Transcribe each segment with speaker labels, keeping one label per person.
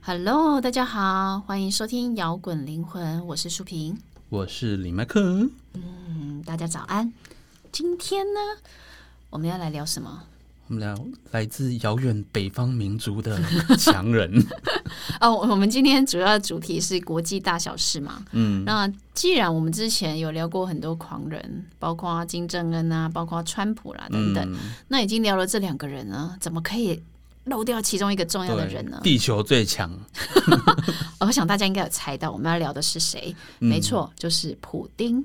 Speaker 1: Hello，大家好，欢迎收听摇滚灵魂，我是舒萍。
Speaker 2: 我是李麦克。
Speaker 1: 嗯，大家早安。今天呢，我们要来聊什么？
Speaker 2: 我们俩来自遥远北方民 族的强人，
Speaker 1: 哦，我我们今天主要的主题是国际大小事嘛。
Speaker 2: 嗯，
Speaker 1: 那既然我们之前有聊过很多狂人，包括金正恩啊，包括川普啦、等等，
Speaker 2: 嗯
Speaker 1: 那已经聊了这两个人呢，怎么可以漏掉其中一个重要的
Speaker 2: 对
Speaker 1: 人呢？
Speaker 2: 地球最强，
Speaker 1: 呃我想大家应该有猜到我们要聊的是谁，
Speaker 2: 嗯
Speaker 1: 没，错，就是普丁。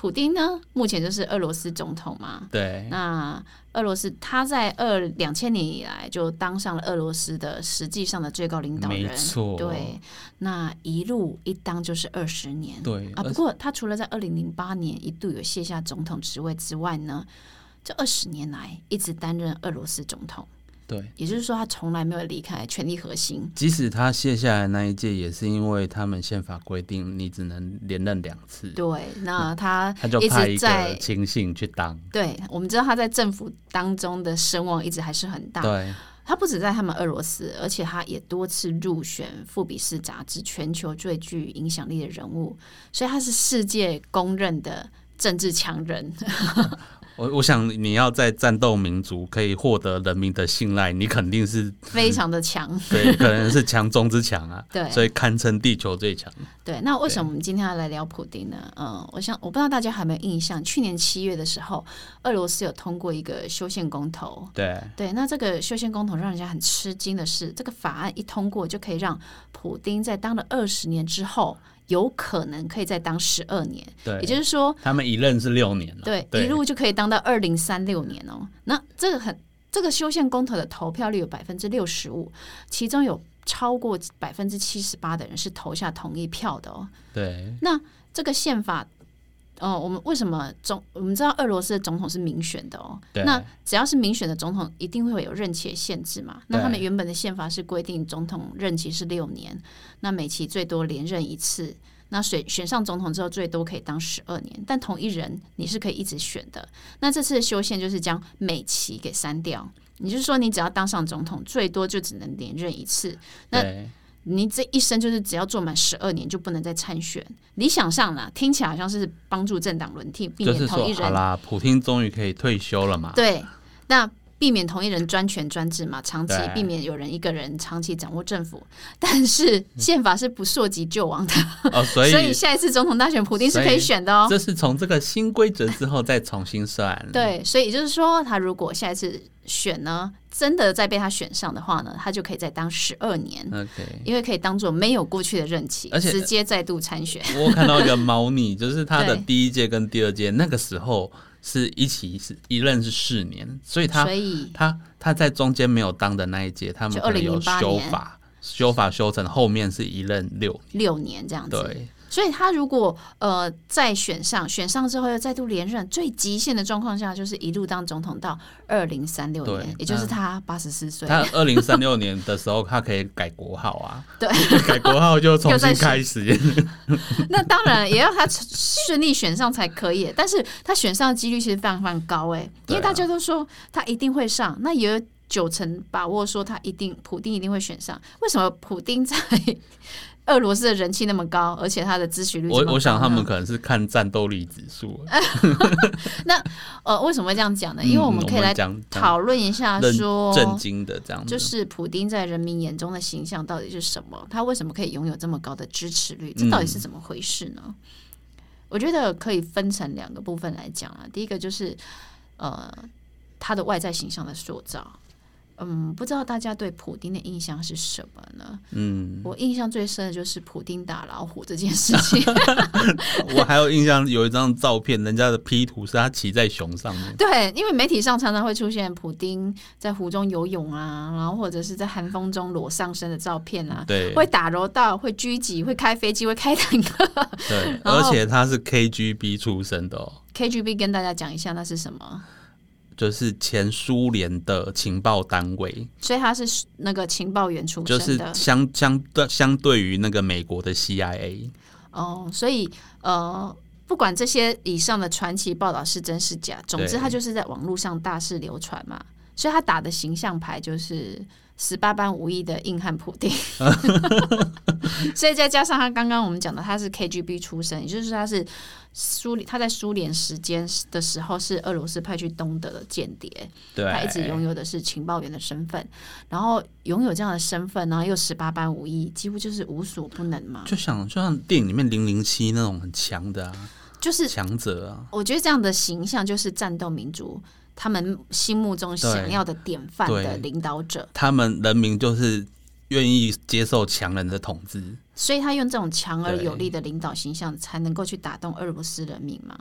Speaker 1: 普丁呢，目前就是俄罗斯总统嘛，
Speaker 2: 对，
Speaker 1: 那俄罗斯他在二两千年以来就当上了俄罗斯的实际上的最高领导人，
Speaker 2: 没错
Speaker 1: 对，那一路一当就是二十年，
Speaker 2: 对，
Speaker 1: 啊。
Speaker 2: 呃而
Speaker 1: 不过他除了在二零零八年一度有卸下总统职位之外呢，这二十年来一直担任俄罗斯总统，
Speaker 2: 对，
Speaker 1: 也就是说他从来没有离开权力核心。
Speaker 2: 即使他卸下来那一届，也是因为他们宪法规定你只能连任两次，
Speaker 1: 对，那他
Speaker 2: 嗯他就
Speaker 1: 一
Speaker 2: 派一
Speaker 1: 直
Speaker 2: 个
Speaker 1: 在。
Speaker 2: 亲信去当，
Speaker 1: 对，我们知道他在政府当中的声望一直还是很大，
Speaker 2: 对，
Speaker 1: 他不止在他们俄罗斯，而且他也多次入选《富比士》杂志全球最具影响力的人物，所以他是世界公认的政治强人。
Speaker 2: 我我想你要在战斗民族可以获得人民的信赖，你肯定是
Speaker 1: 非常的强，
Speaker 2: 对，可能是强中之强啊，
Speaker 1: 对
Speaker 2: 所以堪称地球最强，
Speaker 1: 对。那为什么我们今天要来聊普丁呢？嗯，我想我不知道大家还有没有印象，去年七月的时候，俄罗斯有通过一个修宪公投，
Speaker 2: 对，
Speaker 1: 对，那这个修宪公投让人家很吃惊的是，这个法案一通过，就可以让普丁在当了二十年之后，有可能可以再当十二年，
Speaker 2: 对
Speaker 1: 也就是说，
Speaker 2: 他们一任是六年了，
Speaker 1: 对，
Speaker 2: 对
Speaker 1: 一路就可以当到二零三六年哦。那这个很，这个修宪公投的投票率有百分之六十五，其中有超过百分之七十八的人是投下同意票的哦。
Speaker 2: 对，
Speaker 1: 这个宪法，呃，我们为什么总我们知道俄罗斯的总统是民选的哦？
Speaker 2: 对
Speaker 1: 那只要是民选的总统，一定会有任期的限制嘛？那他们原本的宪法是规定总统任期是六年，那每期最多连任一次。那选选上总统之后，最多可以当十二年，但同一人你是可以一直选的。那这次的修宪就是将每期给删掉，也就是说，你只要当上总统，最多就只能连任一次。那
Speaker 2: 对，
Speaker 1: 你这一生就是只要做满十二年就不能再参选。理想上啦，听起来好像是帮助政党轮替，避
Speaker 2: 就是
Speaker 1: 免同一
Speaker 2: 说，好
Speaker 1: 人
Speaker 2: 啦，普京终于可以退休 了嘛？
Speaker 1: 对，那避免同一人专权专制嘛，长期
Speaker 2: 对
Speaker 1: 避免有人一个人长期掌握政府。 但是宪法是不溯及救亡的，
Speaker 2: 哦，所以
Speaker 1: 所以下一次总统大选，普丁是可以选的哦。
Speaker 2: 这是从这个新规则之后再重新 算。，
Speaker 1: 对，所以也就是说，他如果下一次选呢，真的再被他选上的话呢，他就可以再当十二年，
Speaker 2: ，OK。
Speaker 1: 因为可以当做没有过去的任期，
Speaker 2: 而且
Speaker 1: 直接再度参选。
Speaker 2: 我有看到一个 猫腻，就是他的
Speaker 1: 对
Speaker 2: 第一届跟第二届那个时候是一起是一任是四年，所以他
Speaker 1: 所以
Speaker 2: 他他在中间没有当的那一届，他们
Speaker 1: 就
Speaker 2: 可能有
Speaker 1: 2008
Speaker 2: 修法，修法修成后面是一任六。
Speaker 1: 六年这样子。
Speaker 2: 对，
Speaker 1: 所以他如果呃再选上，选上之后又再度连任，最极限的状况下就是一路当总统到二零三六
Speaker 2: 对
Speaker 1: 年
Speaker 2: 那，
Speaker 1: 也就是他八十四岁。
Speaker 2: 他二零三六年的时候，他可以改国号啊，
Speaker 1: 对，
Speaker 2: 改国号就重
Speaker 1: 又再
Speaker 2: 新
Speaker 1: 选
Speaker 2: 开始。
Speaker 1: 那当然也要他顺利选上才可以，但是他选上的几率其实非常非常高哎，因
Speaker 2: 对啊
Speaker 1: 为大家都说他一定会上，那也有九成把握说他一定普丁一定会选上。为什么普丁在俄罗斯的人气那么高，而且他的支持率这么
Speaker 2: 我
Speaker 1: 高
Speaker 2: 我想他
Speaker 1: 呢
Speaker 2: 们可能是看战斗力指数，啊
Speaker 1: 呃为什么会这样讲呢？因为我们可以来
Speaker 2: 嗯讲讲
Speaker 1: 讨论一下
Speaker 2: 认
Speaker 1: 说
Speaker 2: 震惊的这样子，
Speaker 1: 就是普丁在人民眼中的形象到底是什么？他为什么可以拥有这么高的支持率？这到底是怎么回事呢？我觉得可以分成两个部分来讲啊。第一个就是呃，他的外在形象的塑造。嗯，不知道大家对普丁的印象是什么呢？
Speaker 2: 嗯，
Speaker 1: 我印象最深的就是普丁打老虎这件事情。
Speaker 2: 我还有印象有一张照片，人家的 P 图是他骑在熊 上面，
Speaker 1: 对，因为媒体上常常会出现普丁在湖中游泳啊，然后或者是在寒风中裸上身的照片啊，
Speaker 2: 对
Speaker 1: 会打柔道，会狙击，会开飞机，会开坦克。
Speaker 2: 对，
Speaker 1: 然后
Speaker 2: 而且他是 KGB 出身的哦，
Speaker 1: KGB 跟大家讲一下那是什么，
Speaker 2: 就是前苏联的情报单位，
Speaker 1: 所以他是那个情报员出
Speaker 2: 就
Speaker 1: 身
Speaker 2: 是
Speaker 1: 的
Speaker 2: 相相对相对于那个美国的 CIA，
Speaker 1: 哦，所以呃。不管这些以上的传奇报道是真是假，总之
Speaker 2: 对
Speaker 1: 他就是在网络上大肆流传嘛，所以他打的形象牌就是十八般武艺的硬汉普 丁，所以再加上他刚刚我们讲的，他是 KGB 出身，也就是他是苏联，他在苏联时间的时候是俄罗斯派去东德的间谍，
Speaker 2: 对，
Speaker 1: 他一直拥有的是情报员的身份，然后拥有这样的身份，然后又十八般武艺，几乎就是无所不能嘛，
Speaker 2: 就像就像电影里面零零七那种很强的啊，
Speaker 1: 就是
Speaker 2: 强者啊，
Speaker 1: 我觉得这样的形象就是战斗民族他们心目中
Speaker 2: 对
Speaker 1: 想要的典范
Speaker 2: 对
Speaker 1: 的领导者。
Speaker 2: 他们人民就是愿意接受强人的统治，
Speaker 1: 所以他用这种强而
Speaker 2: 对
Speaker 1: 有力的领导形象，才能够去打动俄罗斯人民嘛。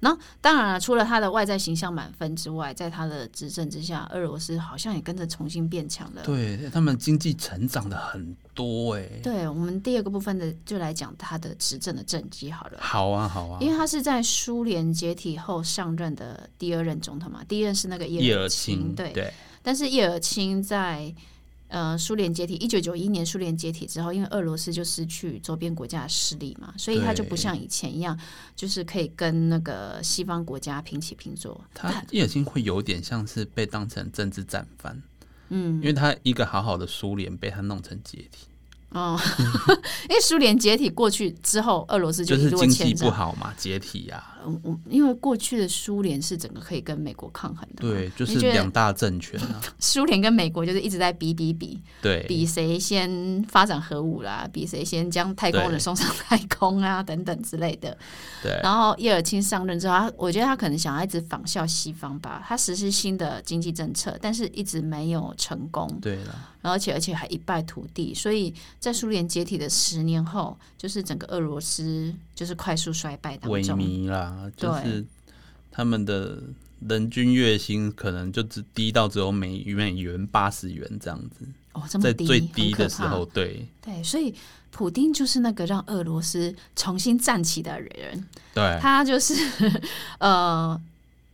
Speaker 1: 然后，当然了，啊除了他的外在形象满分之外，在他的执政之下，俄罗斯好像也跟着重新变强了。
Speaker 2: 对他们经济成长的很多哎、
Speaker 1: 对我们第二个部分的就来讲他的执政的政绩好了，
Speaker 2: 好啊好啊，
Speaker 1: 因为他是在苏联解体后上任的第二任总统嘛，第一任是那个
Speaker 2: 叶
Speaker 1: 叶
Speaker 2: 尔
Speaker 1: 钦，
Speaker 2: 钦
Speaker 1: 对，
Speaker 2: 对
Speaker 1: 但是叶尔钦在呃苏联解体，一九九一年苏联解体之后，因为俄罗斯就失去周边国家的势力嘛，所以他就不
Speaker 2: 对
Speaker 1: 像以前一样，就是可以跟那个西方国家平起平坐。
Speaker 2: 他叶尔钦会有点像是被当成政治战犯，嗯，因为他一个好好的苏联被他弄成解体，
Speaker 1: 哦，因为苏联解体过去之后，俄罗斯
Speaker 2: 就
Speaker 1: 一
Speaker 2: 是
Speaker 1: 落
Speaker 2: 经
Speaker 1: 千
Speaker 2: 济不
Speaker 1: 丈。
Speaker 2: 好嘛，解体啊，
Speaker 1: 啊嗯嗯，因为过去的苏联是整个可以跟美国抗衡的，，
Speaker 2: 对，就
Speaker 1: 你
Speaker 2: 是
Speaker 1: 觉得
Speaker 2: 两大政 权啊，
Speaker 1: 苏联跟美国就是一直在比比比，
Speaker 2: 对，
Speaker 1: 比谁先发展核武啦，比谁先将太空
Speaker 2: 对
Speaker 1: 人送上太空啊，等等之类的。
Speaker 2: 对
Speaker 1: 然后叶尔钦上任之后，他我觉得他可能想要一直仿效西方吧，他实施新的经济政策，但是一直没有成功，
Speaker 2: 对了，
Speaker 1: 然后而且而且还一败涂地。所以在苏联解体的十年后，就是整个俄罗斯就是快速衰败当
Speaker 2: 萎
Speaker 1: 中。
Speaker 2: 靡啦，
Speaker 1: 对
Speaker 2: 就是他们的人均月薪可能就只低到只有美美元八十元这样子，
Speaker 1: 哦，这么
Speaker 2: 在
Speaker 1: 低，
Speaker 2: 最
Speaker 1: 很
Speaker 2: 低
Speaker 1: 可
Speaker 2: 的时
Speaker 1: 怕
Speaker 2: 候，对
Speaker 1: 对，所以普丁就是那个让俄罗斯重新站起的人。
Speaker 2: 对
Speaker 1: 他就是 呃，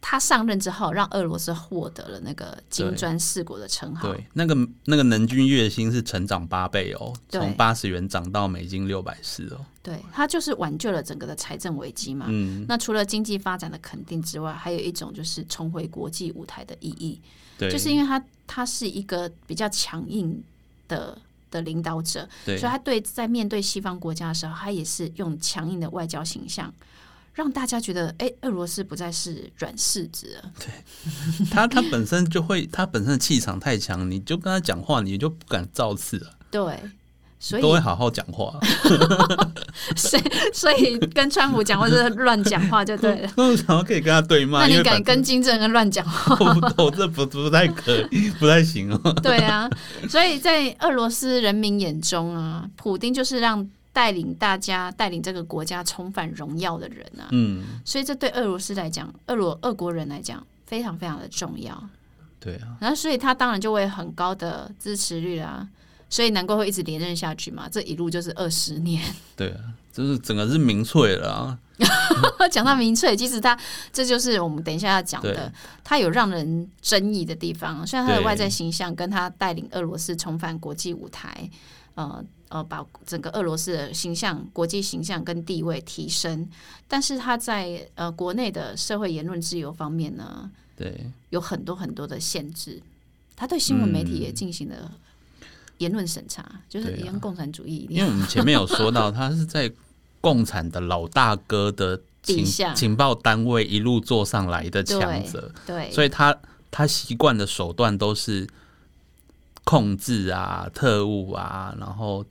Speaker 1: 他上任之后，让俄罗斯获得了那个金
Speaker 2: 对
Speaker 1: 砖四国的称号。
Speaker 2: 对，那个那个人均月薪是成长八倍哦，
Speaker 1: 对
Speaker 2: 从八十元涨到美金六百四哦，
Speaker 1: 对他就是挽救了整个的财政危机嘛。
Speaker 2: 嗯，
Speaker 1: 那除了经济发展的肯定之外，还有一种就是重回国际舞台的意义，
Speaker 2: 对，
Speaker 1: 就是因为他他是一个比较强硬的的领导者，
Speaker 2: 对
Speaker 1: 所以他对在面对西方国家的时候，他也是用强硬的外交形象，让大家觉得，哎、俄罗斯不再是软柿子了。
Speaker 2: 他他本身就会，他本身的气场太强，你就跟他讲话，你就不敢造次了，
Speaker 1: 对，所以
Speaker 2: 都会好好讲话。啊
Speaker 1: 所以所以跟川普讲话就是乱讲话就 对了。
Speaker 2: 那我想要可以跟他对骂，
Speaker 1: 那
Speaker 2: 嗯因
Speaker 1: 你
Speaker 2: 为
Speaker 1: 敢
Speaker 2: 反
Speaker 1: 跟金正恩乱讲话？
Speaker 2: 我我这不不太可以，不太行哦。
Speaker 1: 对啊，所以在俄罗斯人民眼中啊，普丁就是让带领大家、带领这个国家重返荣耀的人啊。
Speaker 2: 嗯，
Speaker 1: 所以这对俄罗斯来讲，俄罗俄国人来讲非常非常的重要。
Speaker 2: 对啊，
Speaker 1: 然后，所以他当然就会有很高的支持率啦、所以难怪会一直连任下去嘛，这一路就是二十年。
Speaker 2: 对啊，就是整个是民粹了啊。
Speaker 1: 讲到民粹，其实他这就是我们等一下要讲的
Speaker 2: 对，
Speaker 1: 他有让人争议的地方。虽然他的
Speaker 2: 对
Speaker 1: 外在形象跟他带领俄罗斯重返国际舞台，呃呃，把整个俄罗斯的形象、国际形象跟地位提升，但是他在呃国内的社会言论自由方面呢，
Speaker 2: 对，
Speaker 1: 有很多很多的限制。他对新闻媒体也进行了言论审查，就是
Speaker 2: 嗯对啊
Speaker 1: 跟共产主义一
Speaker 2: 因为
Speaker 1: 样。
Speaker 2: 我们前面有说到，他是在共产的老大哥的
Speaker 1: 底
Speaker 2: 情
Speaker 1: 下
Speaker 2: 情报单位一路做上来的强者，
Speaker 1: 对，
Speaker 2: 所以他他习惯的手段都是控制啊、特务啊，然后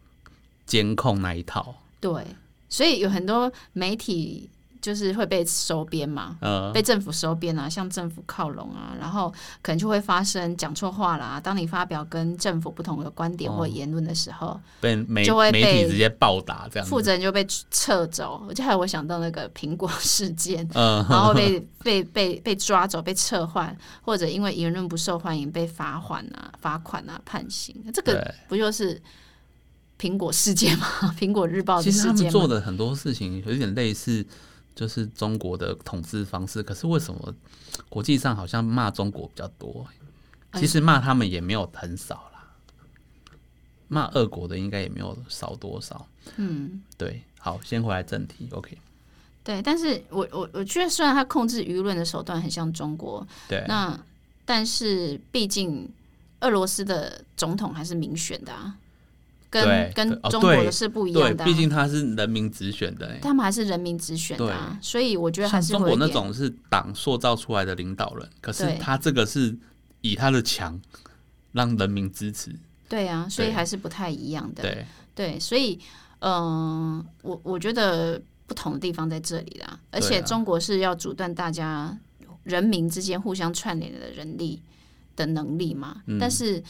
Speaker 2: 监控那一套。
Speaker 1: 对，所以有很多媒体就是会被收编嘛，
Speaker 2: 呃，
Speaker 1: 被政府收编啊，向政府靠拢啊，然后可能就会发生讲错话啦。当你发表跟政府不同的观点
Speaker 2: 哦
Speaker 1: 或言论的时候，
Speaker 2: 被媒
Speaker 1: 就会
Speaker 2: 媒
Speaker 1: 被
Speaker 2: 体直接暴打这样
Speaker 1: 负
Speaker 2: 子。
Speaker 1: 责人就被撤走。我就还有我想到那个苹果事件。
Speaker 2: 嗯，
Speaker 1: 然后被被被被抓走、被撤换，或者因为言论不受欢迎被罚款啊、罚款啊、判刑，这个
Speaker 2: 对，
Speaker 1: 不就是苹果事件吗？ 苹果日报
Speaker 2: 其
Speaker 1: 的
Speaker 2: 实
Speaker 1: 事
Speaker 2: 他们
Speaker 1: 件
Speaker 2: 做
Speaker 1: 哦吗？
Speaker 2: 的很多事情有点类似，就是中国的统治方式。可是为什么国际上好像骂中国比较多？
Speaker 1: 哎
Speaker 2: 其实骂他们也没有很少啦，骂俄国的应该也没有少多少。
Speaker 1: 嗯，
Speaker 2: 对，好，先回来正题。OK，
Speaker 1: 对，但是我我我觉得，虽然它控制舆论的手段很像中国，
Speaker 2: 对，
Speaker 1: 那但是毕竟俄罗斯的总统还是民选的啊，
Speaker 2: 对
Speaker 1: 跟跟
Speaker 2: 对哦
Speaker 1: 中国
Speaker 2: 对
Speaker 1: 的是不一样
Speaker 2: 对，
Speaker 1: 的、啊
Speaker 2: 毕。竟他是人民直选的、欸，
Speaker 1: 他们还是人民直选的、啊，所以我觉得还
Speaker 2: 像
Speaker 1: 是
Speaker 2: 中
Speaker 1: 会
Speaker 2: 国
Speaker 1: 有
Speaker 2: 那
Speaker 1: 点
Speaker 2: 种是党塑造出来的领导人，可是
Speaker 1: 对
Speaker 2: 他这个是以他的强让人民支持，
Speaker 1: 对啊，所以
Speaker 2: 对
Speaker 1: 还是不太一样的。
Speaker 2: 对
Speaker 1: 对，所以，嗯、我我觉得不同的地方在这里啦，而且
Speaker 2: 对啊
Speaker 1: 中国是要阻断大家人民之间互相串联的人力的能力嘛，
Speaker 2: 嗯
Speaker 1: 但是。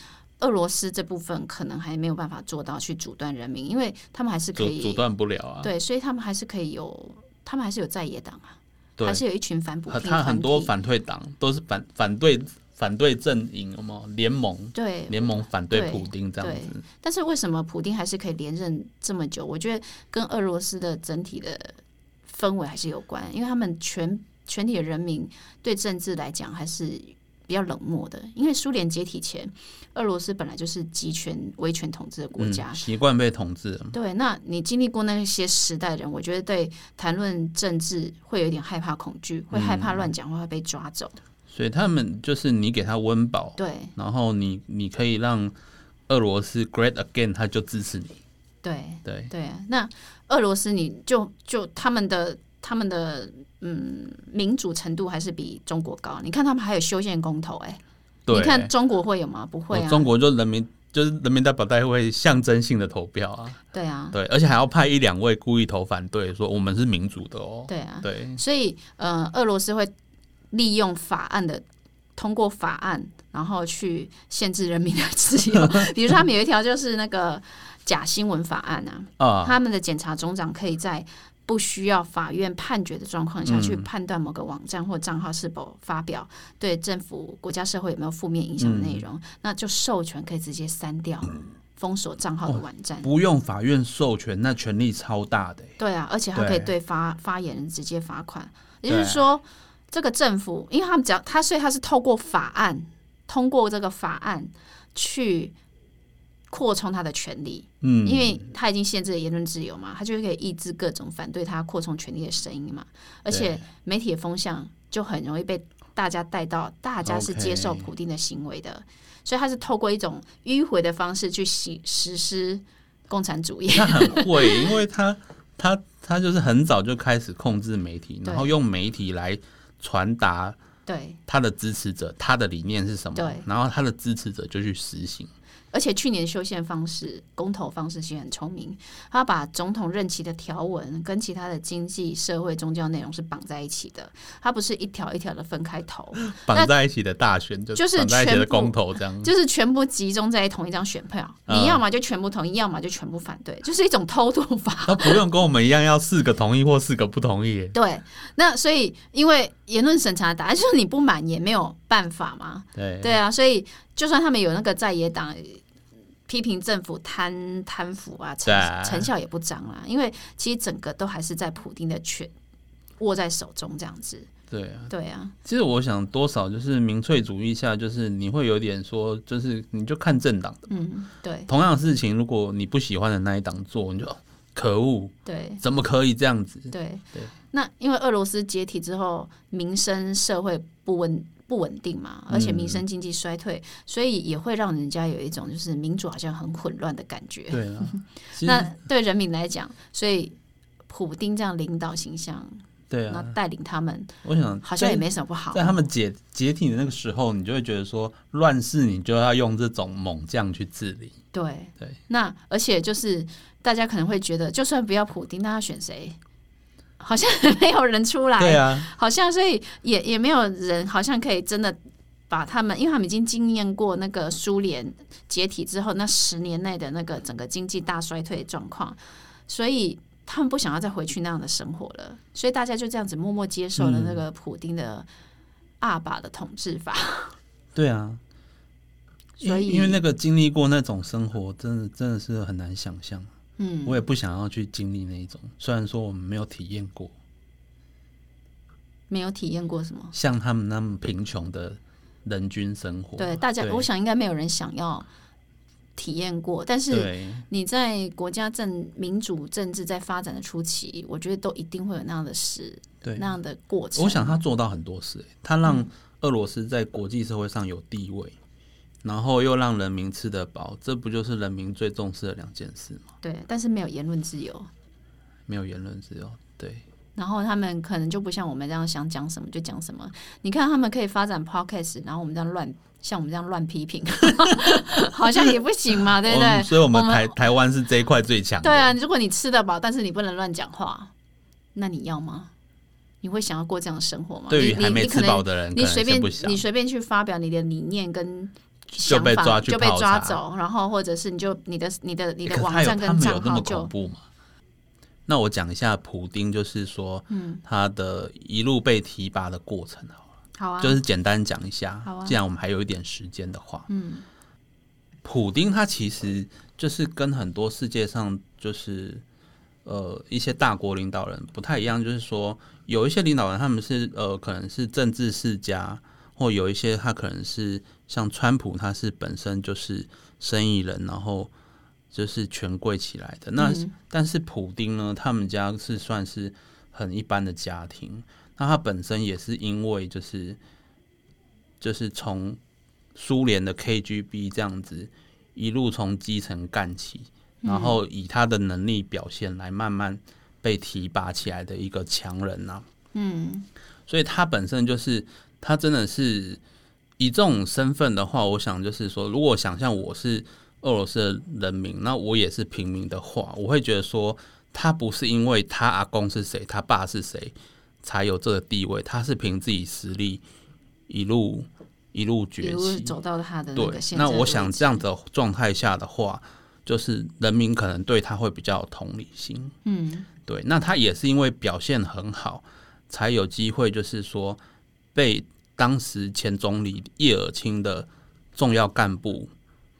Speaker 1: 俄罗斯这部分可能还没有办法做到去阻断人民，因为他们还是可
Speaker 2: 阻阻
Speaker 1: 以
Speaker 2: 断不了啊。
Speaker 1: 对，所以他们还是可以有，他们还是有在野党啊，
Speaker 2: 对
Speaker 1: 还，是有一群反补
Speaker 2: 他
Speaker 1: 批
Speaker 2: 他很
Speaker 1: 团
Speaker 2: 多
Speaker 1: 体
Speaker 2: 反对党都是反反对反对阵营，有没有联盟？
Speaker 1: 对
Speaker 2: 联盟反对
Speaker 1: 对
Speaker 2: 普丁这样
Speaker 1: 啊对
Speaker 2: 子，嗯
Speaker 1: 但是为什么普丁还是可以连任这么久？我觉得跟俄罗斯的整体的氛围还是有关，因为他们全全体的人民对政治来讲还是比较冷漠的。因为苏联解体前，俄罗斯本来就是集权威权统治的国家
Speaker 2: 嗯，习惯被统治了，
Speaker 1: 对，那你经历过那些时代的人，我觉得对谈论政治会有一点害怕、恐惧，会害怕乱讲话会被抓走。
Speaker 2: 所以他们就是你给他温饱，
Speaker 1: 对
Speaker 2: 然后你你可以让俄罗斯 great again，他就支持你。
Speaker 1: 对，
Speaker 2: 对，
Speaker 1: 对啊，那俄罗斯你就就他们的他们的嗯民主程度还是比中国高。你看他们还有修宪公投、哎，
Speaker 2: 对，
Speaker 1: 你看中国会有吗？不会
Speaker 2: 我
Speaker 1: 啊，
Speaker 2: 中国就人民就是人民代表大会象征性的投票啊，
Speaker 1: 对啊，
Speaker 2: 对，而且还要派一两位故意投反对，说我们是民主的哦，
Speaker 1: 对啊，
Speaker 2: 对
Speaker 1: 所以呃，俄罗斯会利用法案的通过法案，然后去限制人民的自 由。比如说，他们有一条就是那个假新闻法案啊，
Speaker 2: 啊，
Speaker 1: 他们的检察总长可以在不需要法院判决的状况下去判断某个网站或账号是否发表对政府、国家、社会有没有负面影响的内容，那就授权可以直接删掉、封锁账号的网站。
Speaker 2: 不用法院授权，那权力超大的欸、
Speaker 1: 对啊，而且他可以
Speaker 2: 对
Speaker 1: 对发发言人直接罚款，也
Speaker 2: 对
Speaker 1: 就是说，这个政府，因为他们只要他，所以他是透过法案，通过这个法案去扩充他的权利。
Speaker 2: 嗯，
Speaker 1: 因为他已经限制了言论自由嘛，他就可以抑制各种反对他扩充权力的声音嘛。而且媒体的风向就很容易被大家带到，大家是接受
Speaker 2: OK
Speaker 1: 普丁的行为的所以他是透过一种迂回的方式去行实施共产主 义。
Speaker 2: 他很会，因为他他他就是很早就开始控制媒体，
Speaker 1: 对
Speaker 2: 然后用媒体来传达
Speaker 1: 对，
Speaker 2: 他的支持者他的理念是什么
Speaker 1: 对，
Speaker 2: 然后他的支持者就去实行。
Speaker 1: 而且去年修宪方式、公投方式其实很聪明，他把总统任期的条文跟其他的经济、社会、宗教内容是绑在一起的，他不是一条一条的分开投，
Speaker 2: 绑在一起的大选就
Speaker 1: 就是
Speaker 2: 绑在一起的
Speaker 1: 全部
Speaker 2: 公投这样，
Speaker 1: 就是全部集中在同一张选票，
Speaker 2: 嗯
Speaker 1: 你要么就全部同意，要么就全部反对，就是一种偷渡法。
Speaker 2: 他不用跟我们一样要四个同意或四个不同意耶。
Speaker 1: 对，那所以因为言论审查的答案就是你不满也没有办法嘛，
Speaker 2: 对
Speaker 1: 对啊，所以就算他们有那个在野党批评政府贪贪腐啊，成
Speaker 2: 对啊
Speaker 1: 成效也不彰啦，因为其实整个都还是在普丁的权握在手中这样子，
Speaker 2: 对啊，
Speaker 1: 对啊，
Speaker 2: 其实我想多少就是民粹主义下，就是你会有点说，就是你就看政党的
Speaker 1: 嗯，对
Speaker 2: 同样的事情，如果你不喜欢的那一党做，你就哦可恶，
Speaker 1: 对。
Speaker 2: 怎么可以这样子？
Speaker 1: 对
Speaker 2: 对
Speaker 1: 那因为俄罗斯解体之后，民生社会不稳不稳定嘛，而且民
Speaker 2: 嗯
Speaker 1: 生经济衰退，所以也会让人家有一种就是民主好像很混乱的感觉。
Speaker 2: 对 啊，其
Speaker 1: 那
Speaker 2: 实
Speaker 1: 对人民来讲，所以普丁这样领导形象，
Speaker 2: 对
Speaker 1: 那
Speaker 2: 啊，
Speaker 1: 带领他们，
Speaker 2: 我想
Speaker 1: 好像也
Speaker 2: 在
Speaker 1: 没什么不好。
Speaker 2: 在他们解解体的那个时候，你就会觉得说，乱世你就要用这种猛将去治理。
Speaker 1: 对
Speaker 2: 对，
Speaker 1: 那而且就是大家可能会觉得，就算不要普丁，那要选谁？好像没有人出来，
Speaker 2: 对啊，
Speaker 1: 好像所以也也没有人好像可以真的把他们，因为他们已经经验过那个苏联解体之后那十年内的那个整个经济大衰退状况，所以他们不想要再回去那样的生活了，所以大家就这样子默默接受
Speaker 2: 嗯
Speaker 1: 了那个普丁的阿爸的统治法，
Speaker 2: 对啊，因
Speaker 1: 所以
Speaker 2: 因为那个经历过那种生活，真的真的是很难想象。
Speaker 1: 嗯，
Speaker 2: 我也不想要去经历那一种，虽然说我们没有体验过
Speaker 1: 没有体验过什么。
Speaker 2: 像他们那么贫穷的人均生活。
Speaker 1: 对，大家我想应该没有人想要体验过，但是
Speaker 2: 对
Speaker 1: 你在国家政民主政治在发展的初期，我觉得都一定会有那样的事，
Speaker 2: 对，
Speaker 1: 那样的过程。
Speaker 2: 我想他做到很多事、欸他让俄罗斯在国际社会上有地位，然后又让人民吃得饱，这不就是人民最重视的两件事吗？
Speaker 1: 对，但是没有言论自由。
Speaker 2: 没有言论自由，对，
Speaker 1: 然后他们可能就不像我们这样想讲什么就讲什么。你看他们可以发展 podcast，然后我们这样乱，像我们这样乱批评， 好像也不行嘛，对不
Speaker 2: 我
Speaker 1: 对
Speaker 2: 们？所以我们
Speaker 1: 我们
Speaker 2: 台台湾是这一块最强的。
Speaker 1: 对啊，如果你吃得饱，但是你不能乱讲话，那你要吗？你会想要过这样的生活吗？
Speaker 2: 对于
Speaker 1: 你
Speaker 2: 还没
Speaker 1: 你你可
Speaker 2: 吃饱
Speaker 1: 能
Speaker 2: 的人，可
Speaker 1: 你
Speaker 2: 能
Speaker 1: 随
Speaker 2: 先
Speaker 1: 便
Speaker 2: 不想
Speaker 1: 你随便去发表你的理念跟
Speaker 2: 就
Speaker 1: 想
Speaker 2: 被
Speaker 1: 法
Speaker 2: 抓去
Speaker 1: 就被
Speaker 2: 泡
Speaker 1: 抓
Speaker 2: 茶
Speaker 1: 走，然后或者是你就你的你的你的
Speaker 2: 欸可是
Speaker 1: 网
Speaker 2: 他有
Speaker 1: 站
Speaker 2: 他
Speaker 1: 跟
Speaker 2: 们有
Speaker 1: 账
Speaker 2: 那
Speaker 1: 号
Speaker 2: 么
Speaker 1: 就
Speaker 2: 恐怖吗？那我讲一下普丁，就是说，
Speaker 1: 嗯，
Speaker 2: 他的一路被提拔的过程好
Speaker 1: 好
Speaker 2: 了，
Speaker 1: 啊，
Speaker 2: 就是简单讲一下。
Speaker 1: 好啊
Speaker 2: 既然我们还有一点时间的话，
Speaker 1: 嗯
Speaker 2: 普丁他其实就是跟很多世界上就是呃一些大国领导人不太一样，就是说有一些领导人他们是呃可能是政治世家，或有一些他可能是像川普，他是本身就是生意人，然后就是权贵起来的。那、
Speaker 1: 嗯
Speaker 2: 但是普丁呢，他们家是算是很一般的家庭，那他本身也是因为就是就是从苏联的 KGB 这样子一路从基层干起，
Speaker 1: 嗯
Speaker 2: 然后以他的能力表现来慢慢被提拔起来的一个强人呐、
Speaker 1: 嗯
Speaker 2: 所以他本身就是他真的是以这种身份的话，我想就是说，如果想象我是俄罗斯的人民，那我也是平民的话，我会觉得说，他不是因为他阿公是谁，他爸是谁才有这个地位，他是凭自己实力一路一路
Speaker 1: 一
Speaker 2: 崛
Speaker 1: 路
Speaker 2: 起。
Speaker 1: 走到他的那
Speaker 2: 对
Speaker 1: 个，现在
Speaker 2: 那
Speaker 1: 的
Speaker 2: 我
Speaker 1: 位
Speaker 2: 想
Speaker 1: 置
Speaker 2: 这样的状态下的话，就是人民可能对他会比较有同理心。
Speaker 1: 嗯
Speaker 2: 对，那他也是因为表现很好，才有机会，就是说被当时前总理叶尔钦的重要干部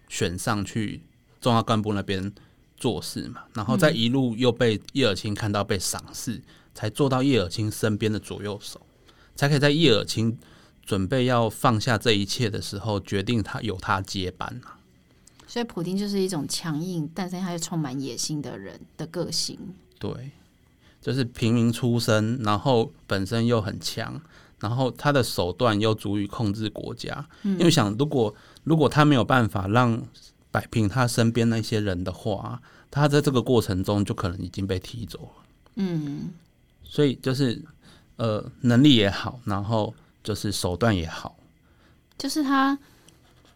Speaker 2: 选上去重要干部那边做事嘛，然后再一路又被叶尔钦看到被赏识，才做到叶尔钦身边的左右手，才可以在叶尔钦准备要放下这一切的时候，决定他由他接班啊嘛。
Speaker 1: 所以普丁就是一种强硬，但是他又充满野心的人的个性。
Speaker 2: 对，就是平民出身，然后本身又很强，然后他的手段又足以控制国家。因为想，如果如果他没有办法让摆平他身边那些人的话，他在这个过程中就可能已经被踢走了。
Speaker 1: 嗯，
Speaker 2: 所以就是呃，能力也好，然后就是手段也好，
Speaker 1: 就是他，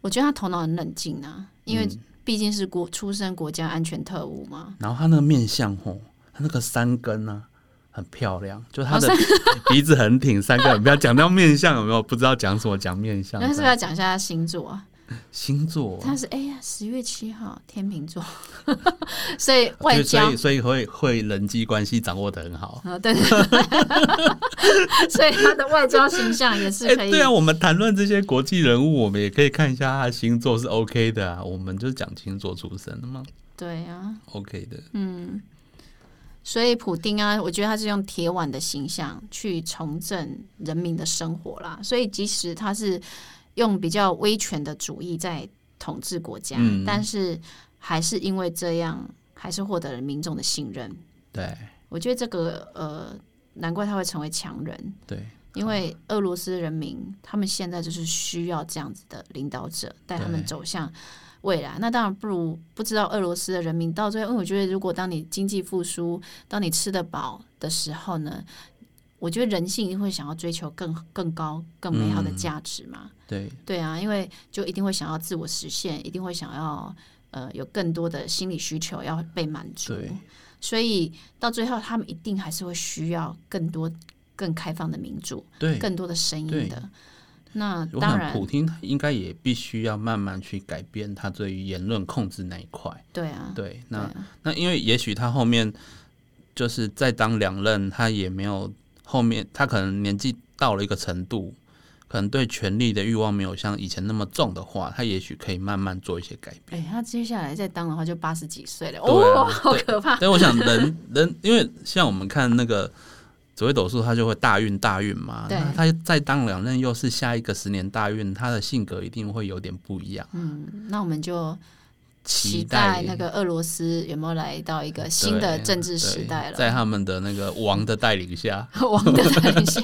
Speaker 1: 我觉得他头脑很冷静啊，因
Speaker 2: 嗯
Speaker 1: 为毕竟是国出身国家安全特务嘛。
Speaker 2: 然后他那个面相吼，他那个三根呢、很漂亮，就他的 鼻子很挺，三根很漂亮。讲到面相有没有不知道讲什么？讲面相，
Speaker 1: 那是不是要讲一下他星座啊？
Speaker 2: 星座，啊
Speaker 1: 他是哎呀，十月七号天秤座， 所以
Speaker 2: 所
Speaker 1: 外
Speaker 2: 以所
Speaker 1: 交
Speaker 2: 以所以会会人际关系掌握的很好。
Speaker 1: 啊，对， 所以他的外交形象也是可以。
Speaker 2: 对啊，我们谈论这些国际人物，我们也可以看一下他的星座是 OK 的啊。我们就讲星座出身的嘛
Speaker 1: 对啊，
Speaker 2: ，OK 的。
Speaker 1: 所以普丁啊，我觉得他是用铁腕的形象去重振人民的生活啦。所以即使他是用比较威权的主义在统治国家，
Speaker 2: 嗯
Speaker 1: 但是还是因为这样，还是获得了民众的信任。
Speaker 2: 对
Speaker 1: 我觉得这个呃，难怪他会成为强人，
Speaker 2: 对，
Speaker 1: 因为俄罗斯人民他们现在就是需要这样子的领导者，带他们
Speaker 2: 对
Speaker 1: 走向未来。那当然不如不知道俄罗斯的人民到最后，因为我觉得如果当你经济复苏，当你吃得饱的时候呢，我觉得人性一定会想要追求更更高、更美好的
Speaker 2: 嗯
Speaker 1: 价值嘛。
Speaker 2: 对
Speaker 1: 对啊，因为就一定会想要自我实现，一定会想要呃有更多的心理需求要被满足。
Speaker 2: 对
Speaker 1: 所以到最后，他们一定还是会需要更多、更开放的民主，
Speaker 2: 对。
Speaker 1: 更多的声音
Speaker 2: 对
Speaker 1: 的。那
Speaker 2: 我
Speaker 1: 当
Speaker 2: 想，
Speaker 1: 然
Speaker 2: 普，京他应该也必须要慢慢去改变他对于言论控制那一块。
Speaker 1: 对啊，
Speaker 2: 对，
Speaker 1: 对
Speaker 2: 那
Speaker 1: 啊，
Speaker 2: 那因为也许他后面就是再当两任，他也没有后面他可能年纪到了一个程度，可能对权力的欲望没有像以前那么重的话，他也许可以慢慢做一些改变。
Speaker 1: 哎，他接下来再当的话，就八十几岁了，
Speaker 2: 对啊
Speaker 1: 哦，好可怕。
Speaker 2: 但我想人人，因为像我们看那个紫微斗数，他就会大运大运嘛，
Speaker 1: 对
Speaker 2: 那他再当两任又是下一个十年大运，他的性格一定会有点不一样。
Speaker 1: 嗯，那我们就期待那个俄罗斯有没有来到一个新的政治时代
Speaker 2: 对在
Speaker 1: 了？
Speaker 2: 他们的那个王的带 领下，
Speaker 1: 王的一 下，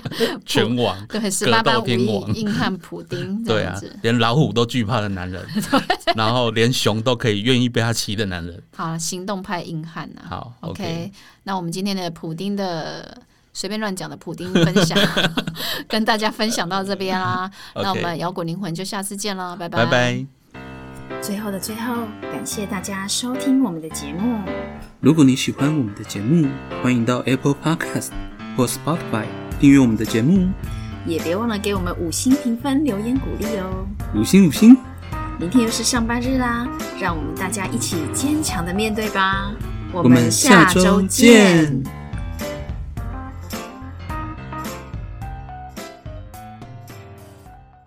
Speaker 2: 拳王，
Speaker 1: 对，十八般武
Speaker 2: 天
Speaker 1: 艺
Speaker 2: 王
Speaker 1: 硬汉普丁这
Speaker 2: 对
Speaker 1: 样
Speaker 2: 啊
Speaker 1: 子。，
Speaker 2: 连老虎都惧怕的 男人，然后连熊都可以愿意被他骑的男人。
Speaker 1: 好，行动派硬汉呐、
Speaker 2: 好
Speaker 1: OK，,
Speaker 2: ，OK，
Speaker 1: 那我们今天的普丁的随便乱讲的普丁分 享，跟大家分享到这边啦。那我
Speaker 2: OK
Speaker 1: 们摇滚灵魂就下次见啦，拜
Speaker 2: 拜拜。
Speaker 3: 最后的最后，感谢大家收听我们的节目。
Speaker 2: 如果你喜欢我们的节目，欢迎到 Apple Podcast 或 Spotify 订阅我们的节目，
Speaker 3: 也别忘了给我们五星评分、留言鼓励哦。
Speaker 2: 五星五星。
Speaker 3: 明天又是上班日啦，让我们大家一起坚强的面对吧。我
Speaker 2: 我们下周见